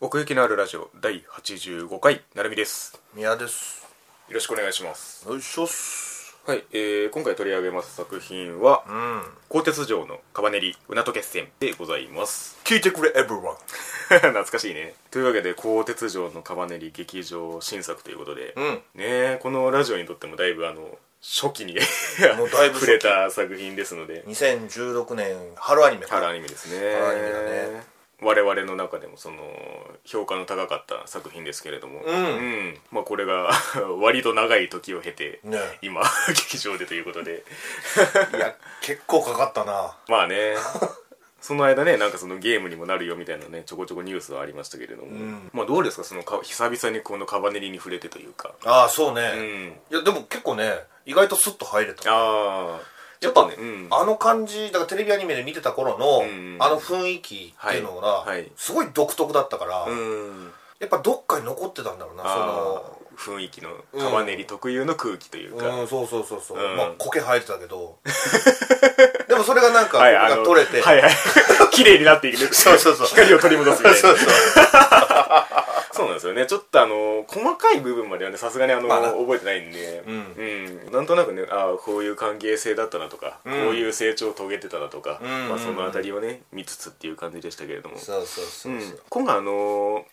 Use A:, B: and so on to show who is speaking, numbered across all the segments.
A: 奥行きのあるラジオ第85回なるみです
B: 宮です
A: よろしくお願いします
B: よいしょっす
A: はい、えー、今回取り上げます作品は
B: うん
A: 鋼鉄城のカバネリうなと決戦でございます
B: 聞いてくれエブリワン
A: 懐かしいねというわけで鋼鉄城のカバネリ劇場新作ということで、
B: うん
A: ねえこのラジオにとってもだいぶあの初 期に
B: もうだいぶ初期
A: 触れた作品ですので
B: 2016年春アニメ
A: 春アニメですね
B: 春アニメだね
A: 我々の中でもその評価の高かった作品ですけれども、
B: ん
A: んまあ、これが 割と長い時を経て、
B: ね
A: 今 劇場でということで
B: いや結構かかったな
A: まあねその間ねなんかそのゲームにもなるよみたいなねちょこちょこニュースはありましたけれども、
B: ん
A: まあどうですかそのか久々にこのカバネリに触れてというか
B: ああそうね、
A: うん
B: いやでも結構ね意外とスッと入れた
A: ああ
B: やっぱ、
A: うん、
B: あの感じだからテレビアニメで見てた頃の、
A: うん
B: あの雰囲気っていうのが、
A: はいはい
B: すごい独特だったから、
A: うん
B: やっぱどっかに残ってたんだろうな
A: あ
B: そ
A: ー雰囲気のカバネリ特有の空気というか、
B: のうんそうそうそうそう、
A: うん
B: まあ苔生えてたけ どでもそれがなんか、
A: はい、あ
B: が
A: の
B: 取れて、
A: はいはい 綺麗になっていく
B: そうそうそう
A: 光を取り戻すみたいな
B: そうそう
A: そうなんですよねちょっとあの細かい部分まではねさすがにあの、
B: まあな
A: 覚えてないんで、
B: うん
A: うんなんとなくねああこういう関係性だったなとか、
B: うん
A: こういう成長を遂げてたなとか、
B: うんうんうん
A: まあ、その辺りをね見つつっていう感じでしたけれども、
B: そうそうそう
A: うん
B: そう、
A: 今回あの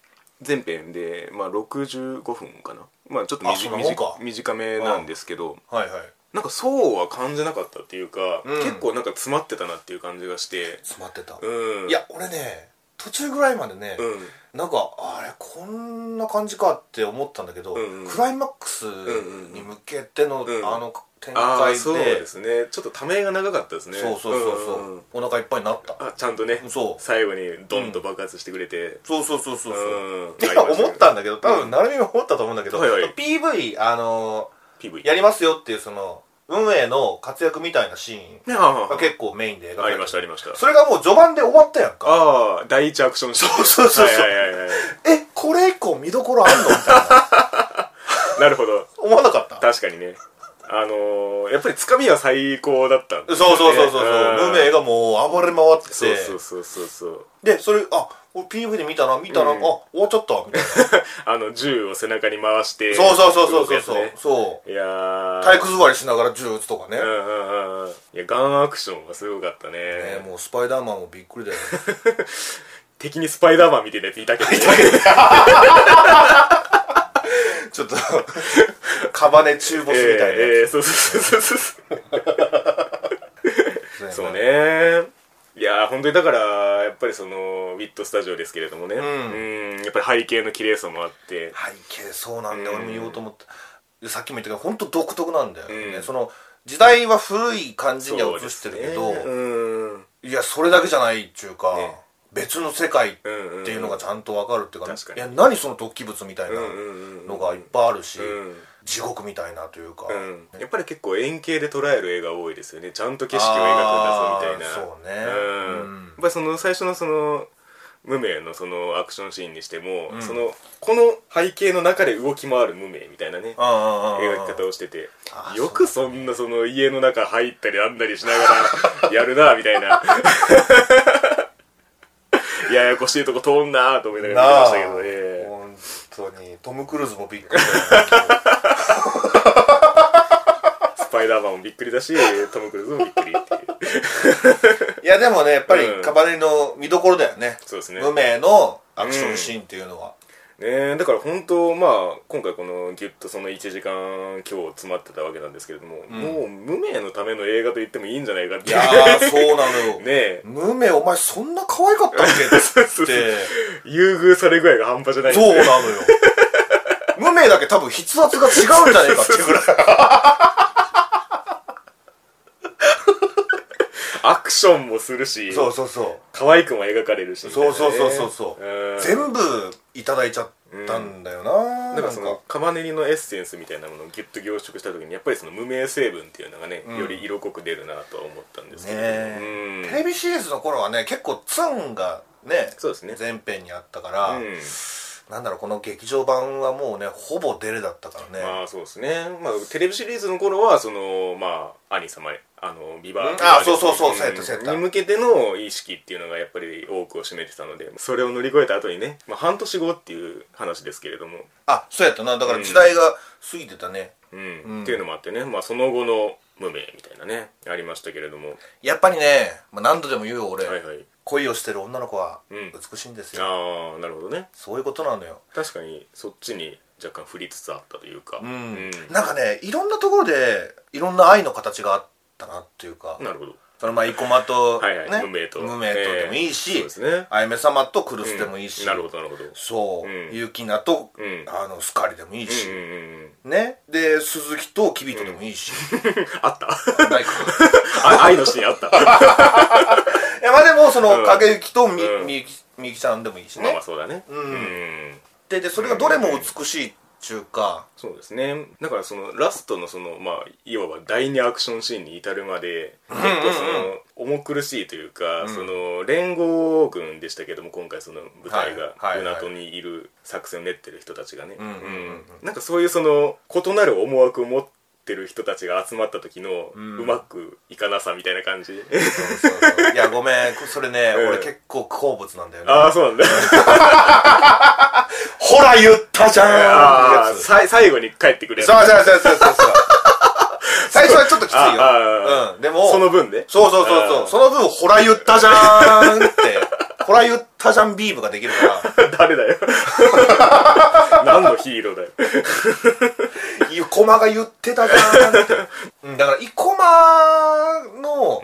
A: 前編で、まあ、65分かな、まあ、ちょっと
B: あ
A: 短
B: そんなもんか
A: 短めなんですけど、
B: はいはい
A: なんかそうは感じなかったっていうか、
B: うん
A: 結構なんか詰まってたなっていう感じがして、
B: 詰まってた、
A: うん、
B: いや俺ね途中ぐらいまでね、
A: うん
B: なんかあれこんな感じかって思ったんだけど、
A: うんうん
B: クライマックスに向けての、
A: んうん
B: あの展
A: あ
B: 開
A: あ
B: で
A: そうですねちょっとためが長かったですね
B: そうそうそうそう、
A: んんん
B: お腹いっぱいになった
A: あちゃんとね
B: そう
A: 最後にドンと爆発してくれて
B: そうそうそうそうそう
A: うん
B: ってか思ったんだけど多分成美も思ったと思うんだけど、
A: はいはい
B: PV あの
A: PV
B: やりますよっていうその運営の活躍みたいなシーン
A: ねあ
B: が結構メインで描かれ
A: ああり
B: て
A: ましたありました
B: それがもう序盤で終わったやんか
A: ああ第一アクションショー
B: そうそうそうそう
A: はいはいはいはい
B: えこれ以降見どころあんのみたいな
A: なるほど
B: 思わなかった
A: 確かにねあのーやっぱりつかみは最高だったんですね
B: そうそうそうそうそう、
A: ん
B: 運営がもう暴れ回ってて
A: そうそうそうそうそう
B: でそれあ俺 PV で見たな見たな、
A: うん
B: あ終わっちゃったみたいな
A: あの銃を背中に回して
B: そうそうそうそうそう
A: 動く
B: そう、
A: やつね
B: そう
A: いやー
B: 体育座りしながら銃撃つとかね、
A: うんうんうんうんいやガンアクションはすごかったね
B: ねもうスパイダーマンもびっくりだよね
A: 敵にスパイダーマンみたいなや ついたけど
B: ちょっとカバネ中ボスみた
A: え
B: いな
A: ーえ
B: や
A: ーそうそうそうそうそう
B: つだよ
A: そうねいやー本当にだからやっぱりそのウィットスタジオですけれどもね
B: ん
A: うんやっぱり背景の綺麗さもあって
B: 背景そうなんだよ俺も言おうと思ってでさっきも言ったけど本当独特なんだよね、
A: うん
B: その時代は古い感じには映してるけ
A: そ
B: ど、
A: うですねうん
B: いやそれだけじゃないっていうか、
A: ね
B: 別の世界っ
A: うんうん
B: ていうのがちゃんとわかるっていうか,、
A: 確かに
B: いや何その突起物みたいな
A: うんうんうん
B: のがいっぱいあるし、
A: うん
B: 地獄みたいなというか、
A: うんやっぱり結構円形で捉える絵が多いですよねちゃんと景色を描くんだぞみたいな
B: あーそうね
A: ん
B: うん
A: やっぱりその最初のその無名のそのアクションシーンにしても、
B: ん
A: そのこの背景の中で動き回る無名みたいなね
B: 描
A: 描き方をしてて
B: あー
A: よくそんなその家の中入ったりなんだりしながらやるなみたい なややこしいとこ通んなと思いなが
B: な
A: ら見てまし
B: あ
A: たけどね
B: 本当にトム・クルーズもびっくりだよ
A: スパイダーマンもびっくりだしトム・クルーズもびっくりっていう
B: いやでもねやっぱり
A: うん
B: カバネリの見どころだよね
A: そうですね
B: 無名のアクションシーンっていうのは、
A: ねえだから本当まあ今回このギュッとその1時間今日詰まってたわけなんですけれども、もう無名のための映画と言ってもいいんじゃないかって
B: い
A: いう
B: やーそうなのよ、
A: ねえ
B: 無名お前そんな可愛かったっけ っつ
A: そうそう
B: っ
A: そう
B: て
A: 優遇され具合が半端じゃない
B: そうなのよ。 無名だけ多分筆圧が違うんじゃねえかってい うぐらい。
A: アクションもするし
B: そうそうそ
A: 可愛くも描かれるしみ
B: う。
A: たいな
B: そう
A: ね
B: そうそうそうそうう。
A: ん
B: 全部いただいちゃったんだよ
A: な
B: な。
A: ん
B: な
A: か
B: ん
A: そ
B: か
A: の。カバネリのエッセンスみたいなものをギュッと凝縮した時にやっぱりその無名成分っていうのがね、より色濃く出るなとは思ったんですけど、
B: ね
A: うん
B: テレビシリーズの頃はね、結構ツンがね、
A: そうですね
B: 前編にあったから、
A: うん
B: なんだろうこの劇場版はもうねほぼデレだったからね、
A: まあそうですね、まあ、テレビシリーズの頃はそのまあ兄様へあのビバ
B: うん
A: ビバ
B: あそうそうそう
A: です
B: そうやったそうやった
A: に向けての意識っていうのがやっぱり多くを占めてたのでそれを乗り越えた後にね、まあ、半年後っていう話ですけれども、
B: あそうやったなだから時代が過ぎてたね、
A: うん
B: うん
A: っていうのもあってね、まあ、その後の無名みたいなねありましたけれども
B: やっぱりね、まあ、何度でも言うよ俺、
A: はいはい
B: 恋をしてる女の子は
A: うん
B: 美しいんですよ、
A: ああなるほどね
B: そういうことなのよ
A: 確かにそっちに若干振りつつあったというか、うん
B: なんかねいろんなところでいろんな愛の形があったなっていうか、
A: なるほど
B: そのまあ生駒と、
A: はいはい、
B: ね、
A: 無名と
B: 無名とでもいいし、
A: えーそうですね
B: あやめ様とクルスでもいいし、
A: うんなるほどなるほど
B: そう、
A: うん
B: ユキナと、
A: うん
B: あのスカリでもいいし、
A: うんうんうん
B: ねで鈴木とキビトでもいいし、
A: あった
B: ないか
A: あ愛のシーンあった。
B: いやまあでもその
A: うん
B: 影ゆきとみ,、
A: うん
B: みゆきみゆきちゃんでもいいしね、
A: まあまあそうだね。
B: うん
A: ん
B: ででそれがどれも美しいっちゅうか、
A: そうですね。だからそのラストのその、まあ、いわば第二アクションシーンに至るまで、結構その、重苦しいというか、その、連合軍でしたけども、今回その部隊が
B: はいはい、はい
A: ヨナトにいる作戦を練ってる人たちがね。
B: んうんうんう
A: う
B: ん
A: んなんかそういうその、異なる思惑を持ってる人たちが集まった時の、うんまくいかなさみたいな感じ。
B: そうそうそういやごめんそれね、
A: うん
B: 俺結構好物なんだよね
A: ああ、そうなんだ。
B: ほら言ったじゃん
A: あ
B: や
A: ー
B: つ
A: さい最後に帰ってくれ
B: そうそうそうそうそうそう 最初はちょっときつい
A: ああ
B: よ、うん、でも
A: その分ね。
B: そうそうそうそううんその分ほら言ったじゃんってほら言ったじゃんビームができるか
A: 誰 だよ何のヒーローだよ
B: ら生駒が言ってたじ ゃんって、うん、だから生駒の、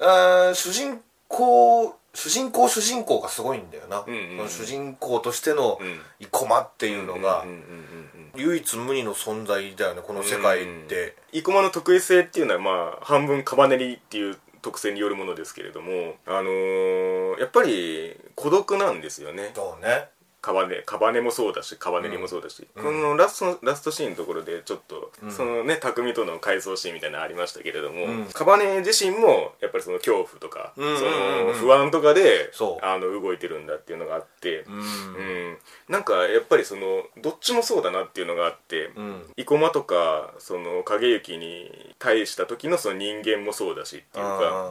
B: あー主人公主人公主人公がすごいんだよな、
A: んうんうん
B: その主人公としての
A: うん
B: 生駒っていうのが、
A: うんうんうん
B: 唯一無二の存在だよねこの世界って、
A: 生駒の得意性っていうのはまあ半分カバネリっていう特性によるものですけれどもあのーやっぱり孤独なんですよね
B: そうね
A: カバネカバネもそうだしカバネリもそうだし、このラストラストシーンのところでちょっと、そのね匠との回想シーンみたいなのありましたけれども、
B: うん
A: カバネ自身もやっぱりその恐怖とか、
B: うんうんうんうん
A: その不安とかで
B: そう
A: あの動いてるんだっていうのがあって、
B: うん、
A: うん、なんかやっぱりそのどっちもそうだなっていうのがあって、
B: うん
A: 生駒とかその影行に対した時のその人間もそうだしっていうか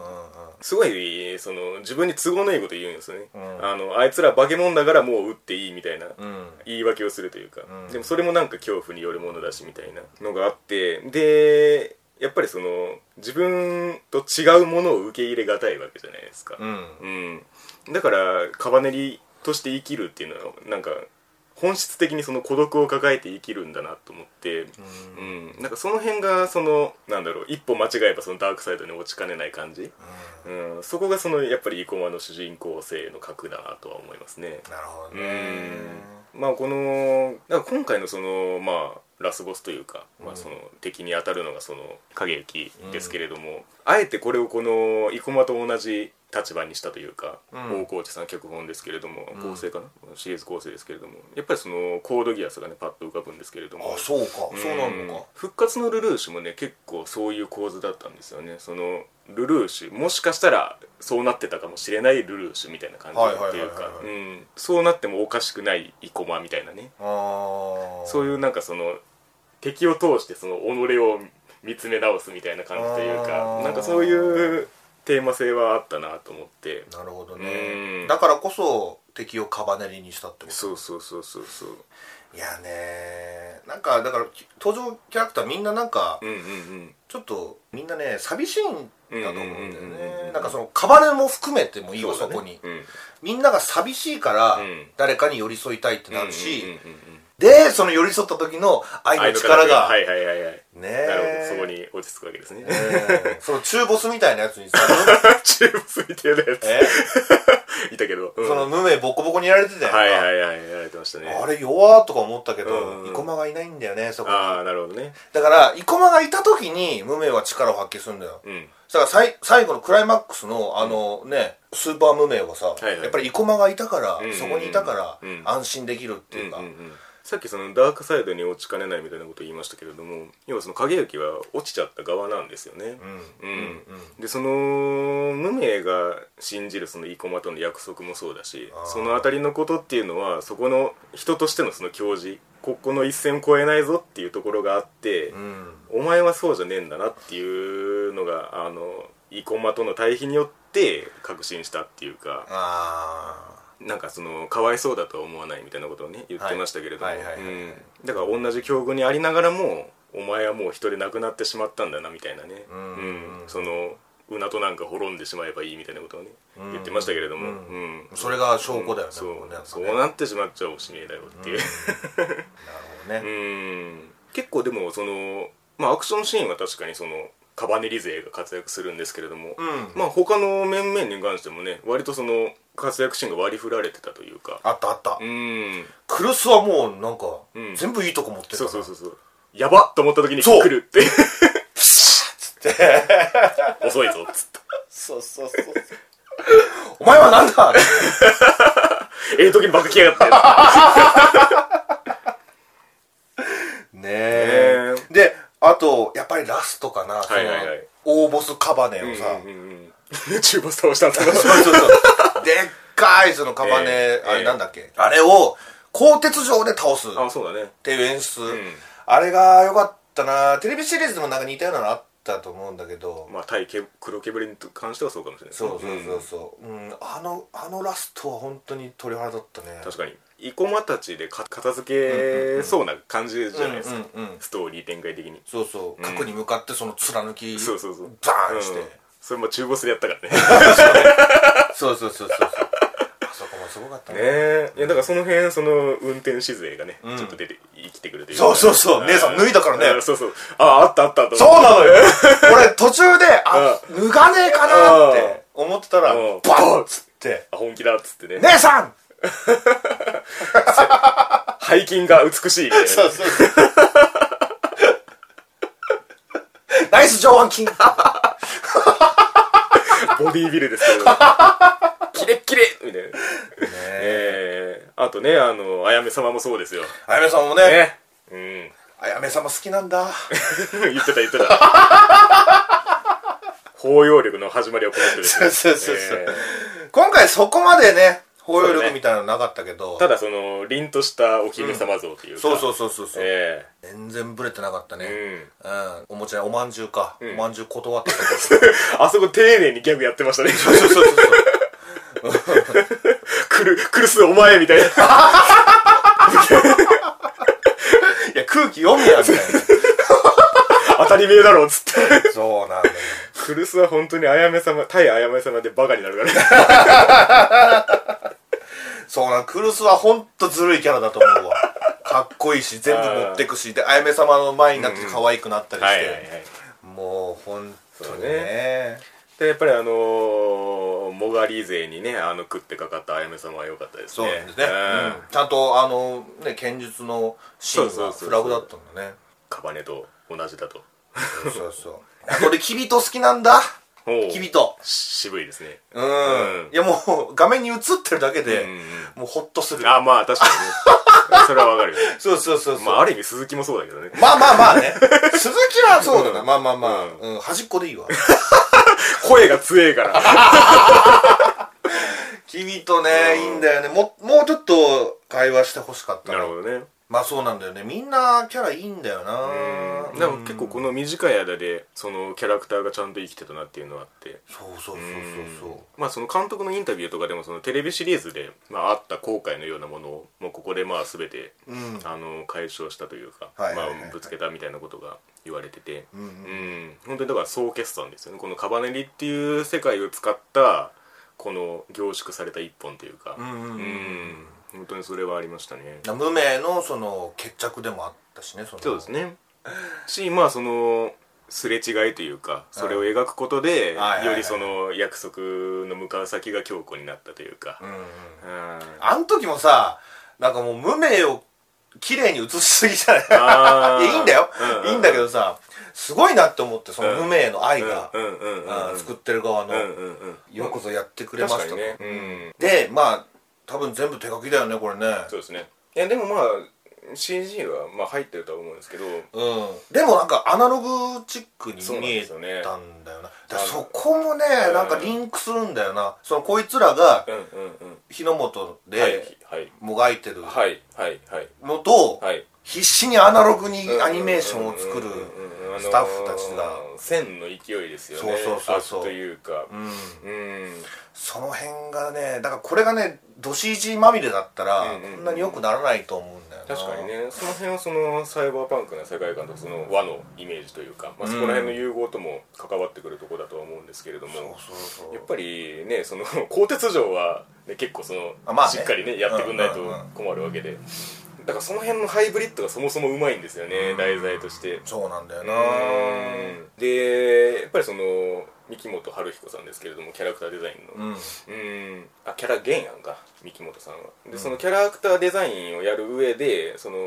A: すごいその自分に都合のいいこと言うんですよね、
B: うん
A: あのあいつら化け物だからもう撃っていいみたいな、
B: うんうんうん
A: 言い訳をするというか、
B: うん
A: でもそれもなんか恐怖によるものだしみたいなのがあってでやっぱりその自分と違うものを受け入れがたいわけじゃないですか、
B: うん
A: うん、だからカバネリとして生きるっていうのはなんか本質的にその孤独を抱えて生きるんだなと思って、うんなんかその辺がそのなんだろう一歩間違えばそのダークサイドに落ちかねない感じ、うんそこがそのやっぱり生駒の主人公性の核だなとは思いますね。
B: なるほど
A: う
B: ね
A: んまあこのだから今回のそのまあラスボスというか、まあ、その敵に当たるのがその影行ですけれども、あえてこれをこの生駒と同じ立場にしたというか、
B: うん
A: 大河内さん脚本ですけれども構成かな、シリーズ構成ですけれどもやっぱりそのコードギアスがねパッと浮かぶんですけれども
B: あそうか、そうなの
A: うん
B: か
A: 復活のルルーシュもね結構そういう構図だったんですよねそのルルーシュもしかしたらそうなってたかもしれないルルーシュみたいな感じ
B: はいはい
A: っていう
B: は
A: か
B: いはい
A: うんそうなってもおかしくない生駒みたいなね
B: ああ
A: そう
B: う
A: いうなんかその敵を通してその己を見つめ直すみたいな感じという
B: あ
A: か
B: ー
A: なんかそういうテーマ性はあったなと思って
B: なるほど
A: う
B: ね
A: ん
B: だからこそ敵をカバネリにしたってこと
A: そうそうそうそうそう
B: いやねなんかだからき登場キャラクターみんななんか
A: うんうんうん
B: ちょっとみんなね寂しいんだと思うんだよ
A: うんうんうんうんう
B: ね
A: ん
B: なんかそのカバネも含めてもいいよ
A: そ
B: そう
A: だね
B: こに
A: うん
B: みんなが寂しいから
A: うん
B: 誰かに寄り添いたいって
A: う
B: なる
A: んうん
B: し
A: うんうん
B: でその寄り添った時の愛の力が
A: はいはいはいはい
B: ね
A: なるほどそこ
B: え
A: に落ち着くわけですね
B: うんその中ボスみたいなやつにさ
A: 中物みたいなや
B: え
A: ついたけど、うん
B: その無名ボコボコにやられてた
A: はいは
B: やん
A: いはいやられてましたね
B: かあれ弱ーとか思ったけ
A: う
B: ど
A: ん
B: 生駒がいないんだよねそこに
A: ああなるほどね
B: だから生駒がいた時に無名は力を発揮するんだよ
A: うん
B: だからさい最後のクライマックスのあのね、スーパー無名はさ、
A: いはい
B: やっぱり生駒がいたから、
A: んうんうん
B: そこにいたから、
A: うん
B: 安心できるっていうか、
A: うんうんうんさっきそのダークサイドに落ちかねないみたいなことを言いましたけれども要はその影行は落ちちゃった側なんですよね、
B: う
A: うんん
B: うん
A: でその無名が信じるその生駒との約束もそうだし
B: あー
A: そのあたりのことっていうのはそこの人としてのその教示ここの一線を越えないぞっていうところがあって、
B: うん
A: お前はそうじゃねえんだなっていうのがあの生駒との対比によって確信したっていうか
B: あ
A: なんかそのかわいそうだとは思わないみたいなことをね言ってましたけれども
B: はいはいはいはいはい
A: うんだから同じ境遇にありながらもお前はもう一人亡くなってしまったんだなみたいなね、
B: うん
A: うんそのうなとなんか滅んでしまえばいいみたいなことをね、
B: うん
A: 言ってましたけれども、
B: うん
A: うん
B: それが証拠だよね
A: そ
B: もう
A: う
B: ね
A: そうなってしまっちゃおしめえだよっていう、
B: あなるほど
A: う
B: ね
A: ん結構でもその、まあ、アクションシーンは確かにそのカバネリ勢が活躍するんですけれども、
B: うん
A: まあ他の面々に関してもね割とその活躍シーンが割り振られてたというか
B: あったあった
A: うん
B: クルスはもうなんか
A: うん
B: 全部いいとこ持ってた
A: そう
B: な
A: そうそうそうやばっと思った時に来るって遅いぞっつっ
B: そうそうそうそうお前はなんだ
A: てええ時にバカ来やがって
B: ねえであとやっぱりラストかなその
A: はいはいはい
B: 大ボスカバネをさ
A: うんうんうん中ボス倒したんだけど
B: そうそうそうでっかいそのカバネ、
A: ええ
B: あれなんだっけ、あれを鋼鉄城で倒すっ
A: あそうだね
B: ていう演出、
A: ん
B: あれが良かったなテレビシリーズでもなんか似たようなのあったと思うんだけど、
A: まあ対け黒ケブリに関してはそうかもしれない
B: そうそうそうそう、うんあのあのラストは本当に鳥肌だったね
A: 確かに生駒たちでか片付けそうな感じじゃないですか、
B: うんうんうん
A: ストーリー展開的に
B: そうそう、核に向かってその貫き
A: そうそうそう
B: バーンして、
A: うんそれも中ボスでやったからね
B: そうそうそ うそうそうあそこもすごかった
A: ね えいやだからその辺その運転し勢がね、
B: ん
A: ちょっと出て生きてくれて
B: そうそうそう
A: あー
B: 姉さん脱いだからね
A: あーそうそうあああったあったと
B: そう
A: 思って
B: なのよ俺途中であ脱がねえかなって思ってたら
A: うん
B: バンっつって
A: あ本気だっつってね
B: 「姉さん!」
A: 背筋が美しいみたいな
B: そうそうそうナイス上腕筋
A: ボディービルです けどキレッキレみたいなええあとねあのあやめ様もそうですよ
B: あやめさんもね
A: ねうん
B: あやめ様好きなんだ
A: 言ってた言ってた包容力の始まりはこの人ですよ
B: そうそうそう
A: え
B: 今回そこまでね包容
A: そうだ
B: 力
A: ね
B: みたいなのなかったけど
A: ーただその凛としたお姫様像というか、
B: そうそううそうそうそう
A: え
B: 全然ブレてなかった
A: え
B: ねうんおもちゃおまんじゅうかお
A: ん
B: まんじゅう断ったとこ
A: うんあそこ丁寧にギャグやってま したね
B: そうそうそうそう
A: 来る来るすお前みたいな
B: いや空気読みやみたいな
A: 当たり前だろっつって
B: そうなんだよ
A: 来るすは本当にあやめ様対あやめ様でバカになるからね
B: そうなんクルスはほんとずるいキャラだと思う わかっこいいし全部持ってくしであやめ様の前になって可愛くなったりして、もう本当にね
A: でやっぱりあのー、モガリ勢にねあの食ってかかったあやめ様は良かったです
B: そう
A: ね
B: なんですね、
A: うん
B: うんちゃんとあのね剣術のシーン
A: そう
B: が
A: そうそうそう
B: フラグだったんだね
A: カバネと同じだと
B: そうそうそうあと俺キビト好きなんだ
A: おう
B: キビト
A: 渋いですね
B: うん、
A: うん
B: いやもう画面に映ってるだけで、
A: うんうん
B: もうホッとする
A: あまあ確かにね それはわかるよ
B: そうそうそうそう、
A: ま
B: ま
A: あ
B: あ
A: ある意味鈴木もそうだけどね
B: まあまあまあ ね鈴木はそうだな、まあまあまあ、
A: うん
B: うん、端っこでいいわ
A: 声が強えから
B: 君とね、いいんだよねももうちょっと会話してほしかった
A: なるほどね
B: まあそうなんだよねみんなキャラいいんだよな
A: でも結構この短い間でそのキャラクターがちゃんと生きてたなっていうのはあって
B: そうそうそうそうそ
A: まあその監督のインタビューとかでもそのテレビシリーズでまああった後悔のようなものをもうここでまあ全て
B: ううん
A: あの解消したというか
B: はいはいはいはい
A: まあぶつけたみたいなことが言われてて
B: うんう
A: うんん本当にだから総決算ですよねこのカバネリっていう世界を使ったこの凝縮された一本というか
B: うんうんうんうん
A: 本当にそれはありましたね
B: 無名のその決着でもあったしねその
A: そうですねしまあそのすれ違いというかそれを描くことで、
B: はいはいはい
A: よりその約束の向かう先が強固になったというか
B: う、んうん
A: うんあ
B: あの時もさなんかもう無名を綺麗に映しすぎじゃない
A: あ
B: いやいいんだよ、いいんだけ
A: ど
B: どさすごいなって思ってその無名の愛が、
A: うんうんうんうん
B: うん作ってる側の、
A: うんうんうん
B: ようこそやってくれました
A: 確か
B: と
A: にねうん
B: でまあ多分全部手書きだよねこれね
A: そうですねいやでもまあ CG はまあ入ってるとは思うんですけど
B: うん、でもなんかアナログチックに
A: そうなん
B: 見
A: で
B: え
A: すよね
B: たんだよ
A: あ
B: な
A: の
B: だからそこもね
A: うん
B: なんかリンクするんだよなそのこいつらが
A: うんうんうん
B: 日の本
A: はい
B: で
A: はい
B: もがいてる
A: はいはいはい
B: のと
A: はい
B: 必死にアナログにアニメーションを作るスタッフたちが
A: 線の勢いですよね
B: そうそうそうそう
A: 圧というか
B: うん
A: うん
B: その辺がねだからこれがねド CG まみれだったら
A: うんうんうん
B: こんなによくならないと思うんだよな
A: 確かにねその辺はそのサイバーパンクな世界観とその和のイメージというか、まあ、そこら辺の融合とも関わってくるとこだとは思うんですけれども、
B: そうそうそう
A: やっぱりねその鋼鉄城は、ね、結構その、
B: あまあね
A: しっかりねやってくんないと
B: うんうんうん
A: 困るわけで、だからその辺のハイブリッドがそもそもうまいんですよね、
B: うん
A: 題材として
B: そうなんだよな
A: うんでやっぱりその三木本春彦さんですけれどもキャラクターデザインの、
B: うん
A: うんあキャラ原案か三木本さんはで、そのキャラクターデザインをやる上でその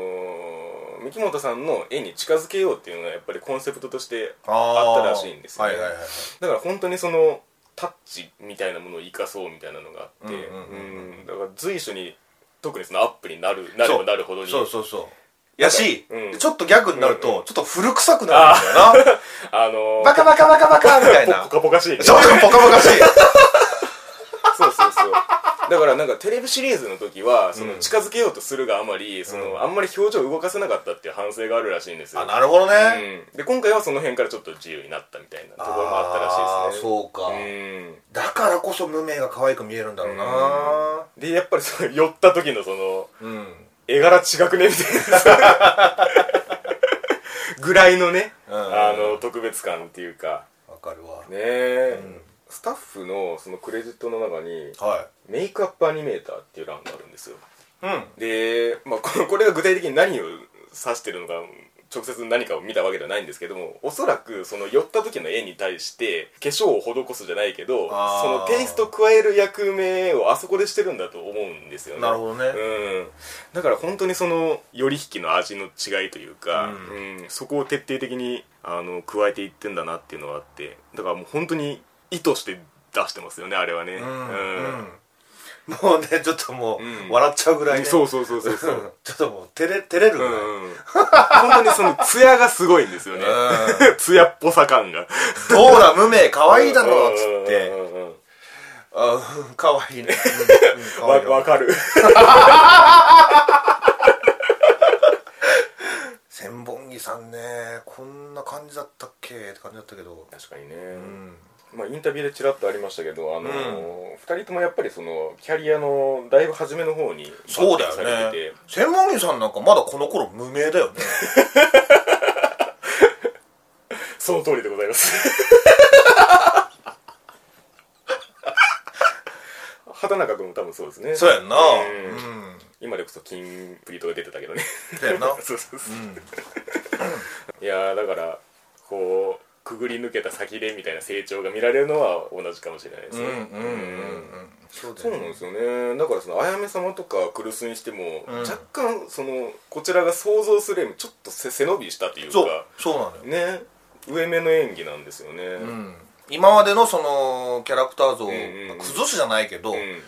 A: 三木本さんの絵に近づけようっていうのがやっぱりコンセプトとしてあったらしいんですよね
B: ねはいはいはい
A: だから本当にそのタッチみたいなものを生かそうみたいなのがあって
B: うんうんうん
A: うんだから随所に特にそのアップになるなればなるほどに
B: そうそうそうやし、
A: うん
B: ちょっとギャグになると、ちょっと古臭くなるんだよな
A: あのー、
B: バカバカバカバカみたい
A: ポ
B: な
A: ッポカポカしいね
B: ちょっとポカポカしい
A: そうそう そうだからなんかテレビシリーズの時はその
B: うん
A: 近づけようとするがあまりその、あんまり表情を動かせなかったっていう反省があるらしいんですよ
B: あなるほどね、
A: うん、で今回はその辺からちょっと自由になったみたいなところもあったらしいですね
B: そうか、
A: うん
B: だからこそ無名が可愛く見えるんだろうな
A: でやっぱりその寄った時のその
B: うん、
A: 絵柄違くねみたいなさぐらいのね、
B: うん
A: あの特別感っていうか
B: わかるわ、
A: ねえ、
B: うん
A: スタッフのそのクレジットの中に
B: は
A: メイクアップアニメーターっていう欄があるんですよ
B: いうん
A: で、まあ、ここれが具体的に何を指してるのか直接何かを見たわけではないんですけどもおそらくその寄った時の絵に対して化粧を施すじゃないけど
B: あー
A: そのテイストを加える役目をあそこでしてるんだと思うんですよね
B: なるほどね
A: うん、だから本当にその寄り引きの味の違いというか、う
B: う
A: んそこを徹底的にあの加えていってんだなっていうのはあってだからもう本当に意図して出してますよねあれはね
B: う、
A: うんん
B: うんもうねちょっともう、
A: うん
B: 笑っちゃうぐらいね
A: そうそうそう そうそう
B: うんちょっともう照れ照れるぐらい、
A: うん本当にそのツヤがすごいんですよね
B: う
A: ツヤっぽさ感が
B: どうだ無名可愛いだろっつって
A: うんうんうん
B: あうん可愛いねうんうん 可
A: わ
B: 愛い
A: わかる
B: 千本木さんねこんな感じだったっけって感じだったけど
A: 確かにね、
B: うん
A: まあ、インタビューでちらっとありましたけど、あのー2人ともやっぱりそのキャリアのだいぶ初めの方に
B: そうだ
A: 抜擢され
B: よ
A: てて
B: ね千本木さんなんかまだこの頃無名だよね
A: その通りでございます 畑中君も多分 そうですね
B: そうやんな
A: うん
B: うん
A: 今でこそ金プリとか出てたけどね
B: そうやんな
A: そうそうそう
B: うん
A: いやーだからこうくぐり抜けた先でみたいな成長が見られるのは同じかもしれないです
B: う
A: ね
B: んうんうんうんそうだ
A: そうなんですよねだからそのあやめ様とか来栖にしても、
B: うん
A: 若干そのこちらが想像するよりもちょっと背背伸びしたというか
B: そうそうなのよ
A: ね上目の演技なんですよねう
B: うんん今までのそのキャラクター像
A: ん
B: を
A: うんうん
B: 崩すじゃないけど
A: うん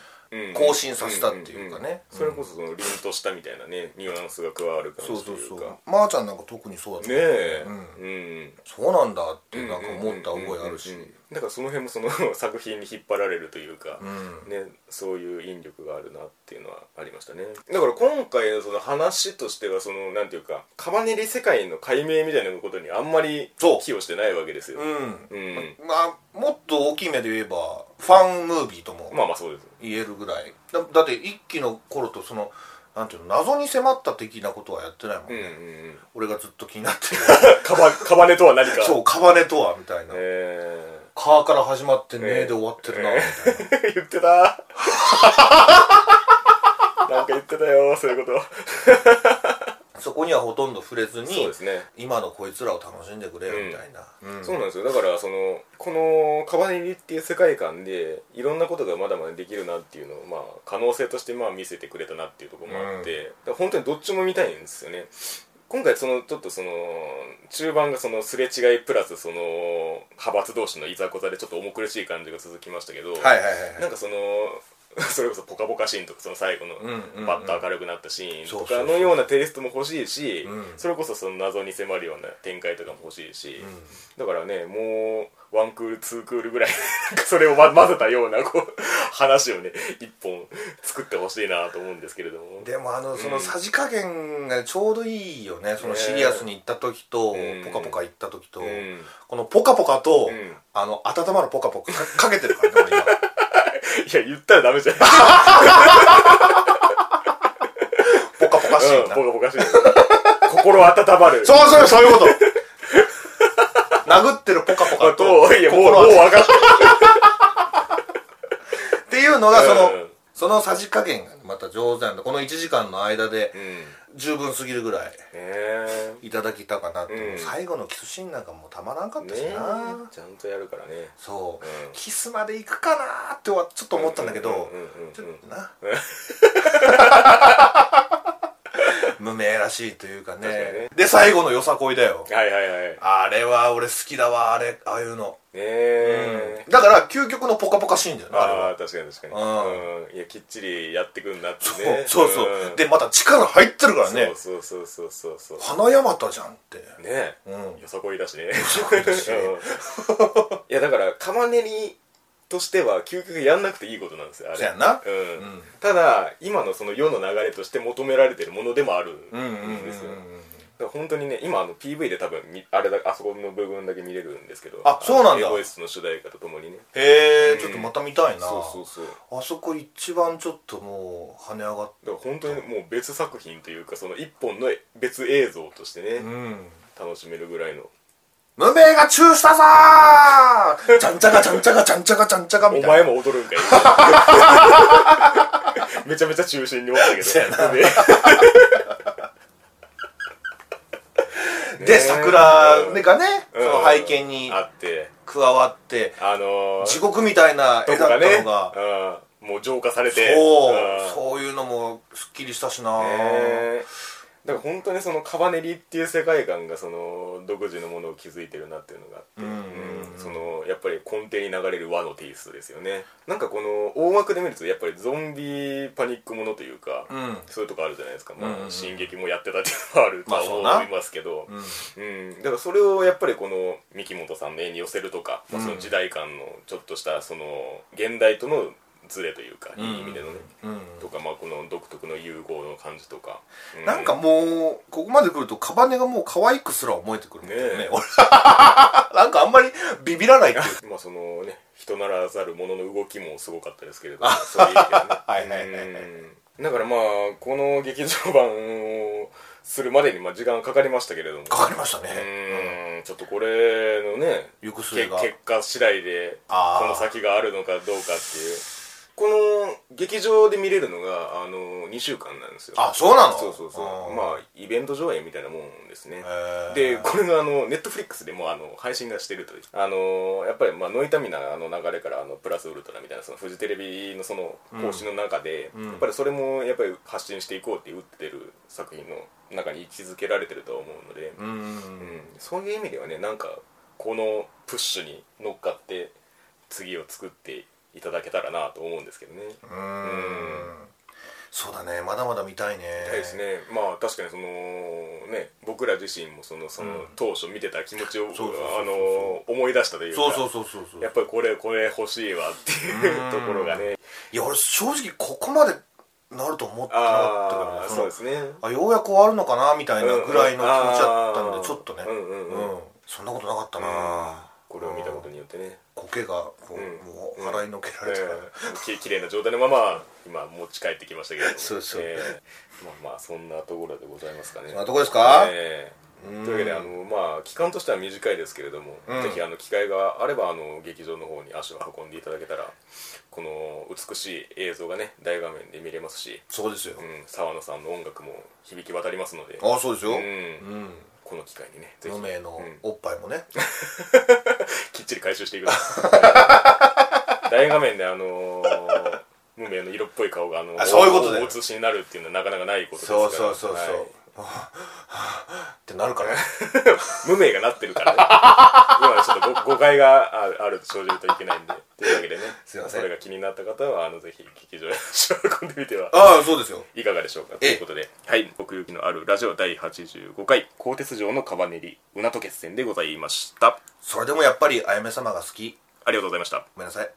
B: 更新させたっていうかね
A: それこそその凛としたみたいなねニュアンスが加わる感
B: そう
A: じと
B: そう
A: いうか
B: そうまーちゃんなんか特にそうだった
A: ねえ
B: うん
A: うん
B: そうなんだってなんか思った覚えあるし
A: うんうんうんうんだからその辺もその 作品に引っ張られるというか、
B: うん
A: ね、そういう引力があるなっていうのはありましたねだから今回のその話としてはそのなんていうかカバネリ世界の解明みたいなことにあんまり
B: そう
A: 寄与してないわけですよ、
B: うん
A: うん、
B: まあもっと大きい目で言えばファンムービーとも
A: まあまあそうです
B: 言えるぐらいだだって一期の頃とそのなんていうの謎に迫った的なことはやってないもん
A: うん
B: ね、
A: うんうん
B: 俺がずっと気にな ってる
A: カバカバネとは何か
B: そうカバネとはみたいな「カ
A: え
B: ーから始まってね
A: ええ
B: ー」で終わってるなみたいな、
A: ー、 言ってたなんか言ってたよそういうこと
B: そこにはほとんど触れず
A: そう
B: に
A: ですね
B: 今のこいつらを楽しんでくれよみたいな、うん
A: そうなんですよだからそのこのカバネリっていう世界観でいろんなことがまだまだできるなっていうのを、まあ、可能性としてまあ見せてくれたなっていうところもあって、だから本当にどっちも見たいんですよね今回そのちょっとその中盤がそのすれ違いプラスその派閥同士のいざこざでちょっと重苦しい感じが続きましたけど、
B: はいはいはい
A: なん
B: はい
A: かその それこそ「ポカポカシーン」とかその最後の
B: んうんうん
A: バッと明るくなったシーンと
B: そうそ
A: か
B: うそ
A: の
B: う
A: ようなテイストも欲しいし
B: うん
A: それこそその謎に迫るような展開とかも欲しいしだからねもうワンクールツークールぐらいなんかそれをま混ぜたようなこう話をね一本作ってほしいなと思うんですけれども
B: でもあのその
A: うん
B: さじ加減がちょうどいいよねそのシリアスに行った時と、
A: ね
B: ポカポカ行った時と、
A: うん
B: このポカポカと、
A: うん
B: あの温まるポカポカかけてるからね俺今
A: いや言ったらダメじゃない
B: ポカポカしいな、
A: うんボカボカしい心温まる
B: そうそうそういうこと殴ってるポカポカ
A: あ
B: と
A: といやもうもう
B: 心温まる
A: 分かった
B: っていうのがその、
A: うん
B: そのさじ加減がまた上手なんでこの1時間の間で
A: うんね
B: 十分すぎるぐらい
A: え
B: いただけたかなって、
A: うん
B: 最後のキスシーンなんかもうたまらんかっ
A: ね
B: たし
A: え
B: な、
A: ちゃんとやるからね
B: そう、
A: うん
B: キスまで行くかなーってはちょっと思ったんだけど、
A: うんうんうんうん
B: ちょっと な無名らしいというかね
A: 確かにね
B: で最後のよさこいだよ
A: はいはいはいね
B: あれは俺好きだわあれああいうの、
A: え
B: だから究極のポカポカシーンだよなあれ
A: あ
B: は
A: あ確かに確かに
B: うん
A: うんいやきっちりやってくんなって
B: そう
A: ね
B: そうそう、
A: ん
B: でまた力入ってるからね
A: そうそうそうそうそうそ
B: 花山田じゃんって
A: うね
B: うん
A: えよさこいだしね
B: そこだし
A: うんいやだからカマネリとしては究極やんなくていいことなんですよあれ
B: そやな
A: うん
B: うん
A: ただ今のその世の流れとして求められてるものでもある
B: うんうんうんうん
A: んですよ、だから本当にね今あの PV で多分みあれだあそこの部分だけ見れるんですけど
B: あそうなんだ
A: エゴイストの主題歌とともにね
B: へえ、
A: うん
B: ちょっとまた見たいな
A: そうそうそうだか
B: あそこ一番ちょっともう跳ね上がっ
A: ら本当にもう別作品というかその一本の別映像としてね、
B: てうん
A: 楽しめるぐらいの
B: 無名がチューしたぞー ちゃんちゃかちゃんちゃかちゃんちゃかちゃんちゃかみ
A: お
B: たい
A: 前
B: な。
A: も踊るんかい めちゃめちゃ中心におったけ
B: そうや
A: ど
B: な
A: でね
B: で、桜がね、
A: うん
B: その背景に
A: あって
B: 加わって、
A: あのー、
B: 地獄みたいな
A: と
B: 絵だ
A: か
B: っ
A: ね
B: たのが、
A: うん、もう浄化されて
B: そう、
A: ん
B: そういうのもすっきりしたしな
A: ねだから本当にそのカバネリっていう世界観がその独自のものを築いてるなっていうのがあって、
B: うんうんうん
A: うんそのやっぱり根底に流れる和のテイストですよねなんかこの大枠で見るとやっぱりゾンビパニックものというか、
B: うん。
A: そういうとこあるじゃないですか、まあ
B: うんうんうん
A: 進撃もやってたっていうのはあると
B: まあそう
A: は
B: な
A: 思いますけど、
B: うん。
A: うん、だからそれをやっぱりこの三木本さんの絵に寄せるとか、まあ、
B: うん
A: その時代感のちょっとしたその現代とのズレというか、いい意味でのね、
B: うん。
A: とか、まあ、この独特の融合の感じとか、う
B: なんかもう、ここまで来ると、カバネがもう可愛くすら思えてくるもんね。
A: ねえ
B: 俺 なんかあんまりビビらないっていうか
A: まあそのね人ならざる者の動きもすごかったですけれどもそういう意味ではね
B: はいはいはい はい
A: うんだからまあこの劇場版をするまでにまあ時間かかりましたけれども
B: かかりました
A: う
B: ね。
A: ーんちょっとこれのね
B: 行く末
A: け
B: が。
A: 結果次第で
B: あー
A: この先があるのかどうかっていうこの劇場で見れるのがあの2週間なんですよ
B: あ、そうなの
A: そうそうそう
B: あ
A: まあイベント上映みたいなもんですね
B: ー、
A: でこれがあのネットフリックスでもあの配信がしてるというあのやっぱりまあノイタミナの流れからあのプラスウルトラみたいなそのフジテレビのその更新の中で、
B: ん
A: やっぱりそれもやっぱり発信していこうって打ってる作品の中に位置づけられてると思うので、
B: うんうんうん
A: うんそういう意味ではねなんかこのプッシュに乗っかって次を作っていただけたらなと思うんですけどね。
B: うーんそうだねまだまだ見たいね
A: たいですね、まあ確かにそのね僕ら自身もそのその、
B: うん
A: 当初見てた気持ちを
B: そうそうそうそう
A: あの思い出したというか
B: そうそうそうそうそう
A: やっぱりこれこれ欲しいわっていううんところがね
B: いや俺正直ここまでなると思ってなか
A: あ
B: っ
A: あ
B: たけ
A: そう
B: ど
A: ですね
B: あようやく終わるのかなみたいなぐらいの気持ちだった
A: うん
B: の
A: あー
B: でちょっとね
A: うんうんうん
B: うんそんなことなかったな
A: これを見たことによってね
B: 苔がこ
A: うん
B: うもう払いのけられてから
A: ええききれいな状態のまま今持ち帰ってきましたけれども
B: そうそう
A: ええまあまあそんなところでございますかね
B: そんなとこですか
A: ええ
B: うん
A: というわけであのまあ期間としては短いですけれども、
B: うん
A: ぜひあの機会があればあの劇場の方に足を運んでいただけたらこの美しい映像がね大画面で見れますし、
B: そうですよ
A: うん、沢野さんの音楽も響き渡りますので、
B: ああそうですよ
A: う、
B: うんん
A: この機会にねぜひ
B: 無名の
A: うん
B: おっぱいもね
A: きっちり回収していください 大画面であのー無名の色っぽい顔があの
B: あそういうことだよ
A: お写しになるっていうのはなかなかないことですから
B: そうそうそうそう
A: は
B: はあはあってなるからね
A: い無名がなってるからねうまでちょっとご誤解がああると生じるといけないんでというわけでね
B: すいません
A: それが気になった方はあのぜひ劇場へ足を運んでみ ては
B: ああそうですよ
A: いかがでしょうかと
B: ええ
A: いうことで、はい、奥行きのあるラジオ第85回、鋼鉄城のカバネリ、うなと決戦でございました。
B: それでもやっぱりあやめ様が好き
A: ありがとうございました。
B: ごめんなさい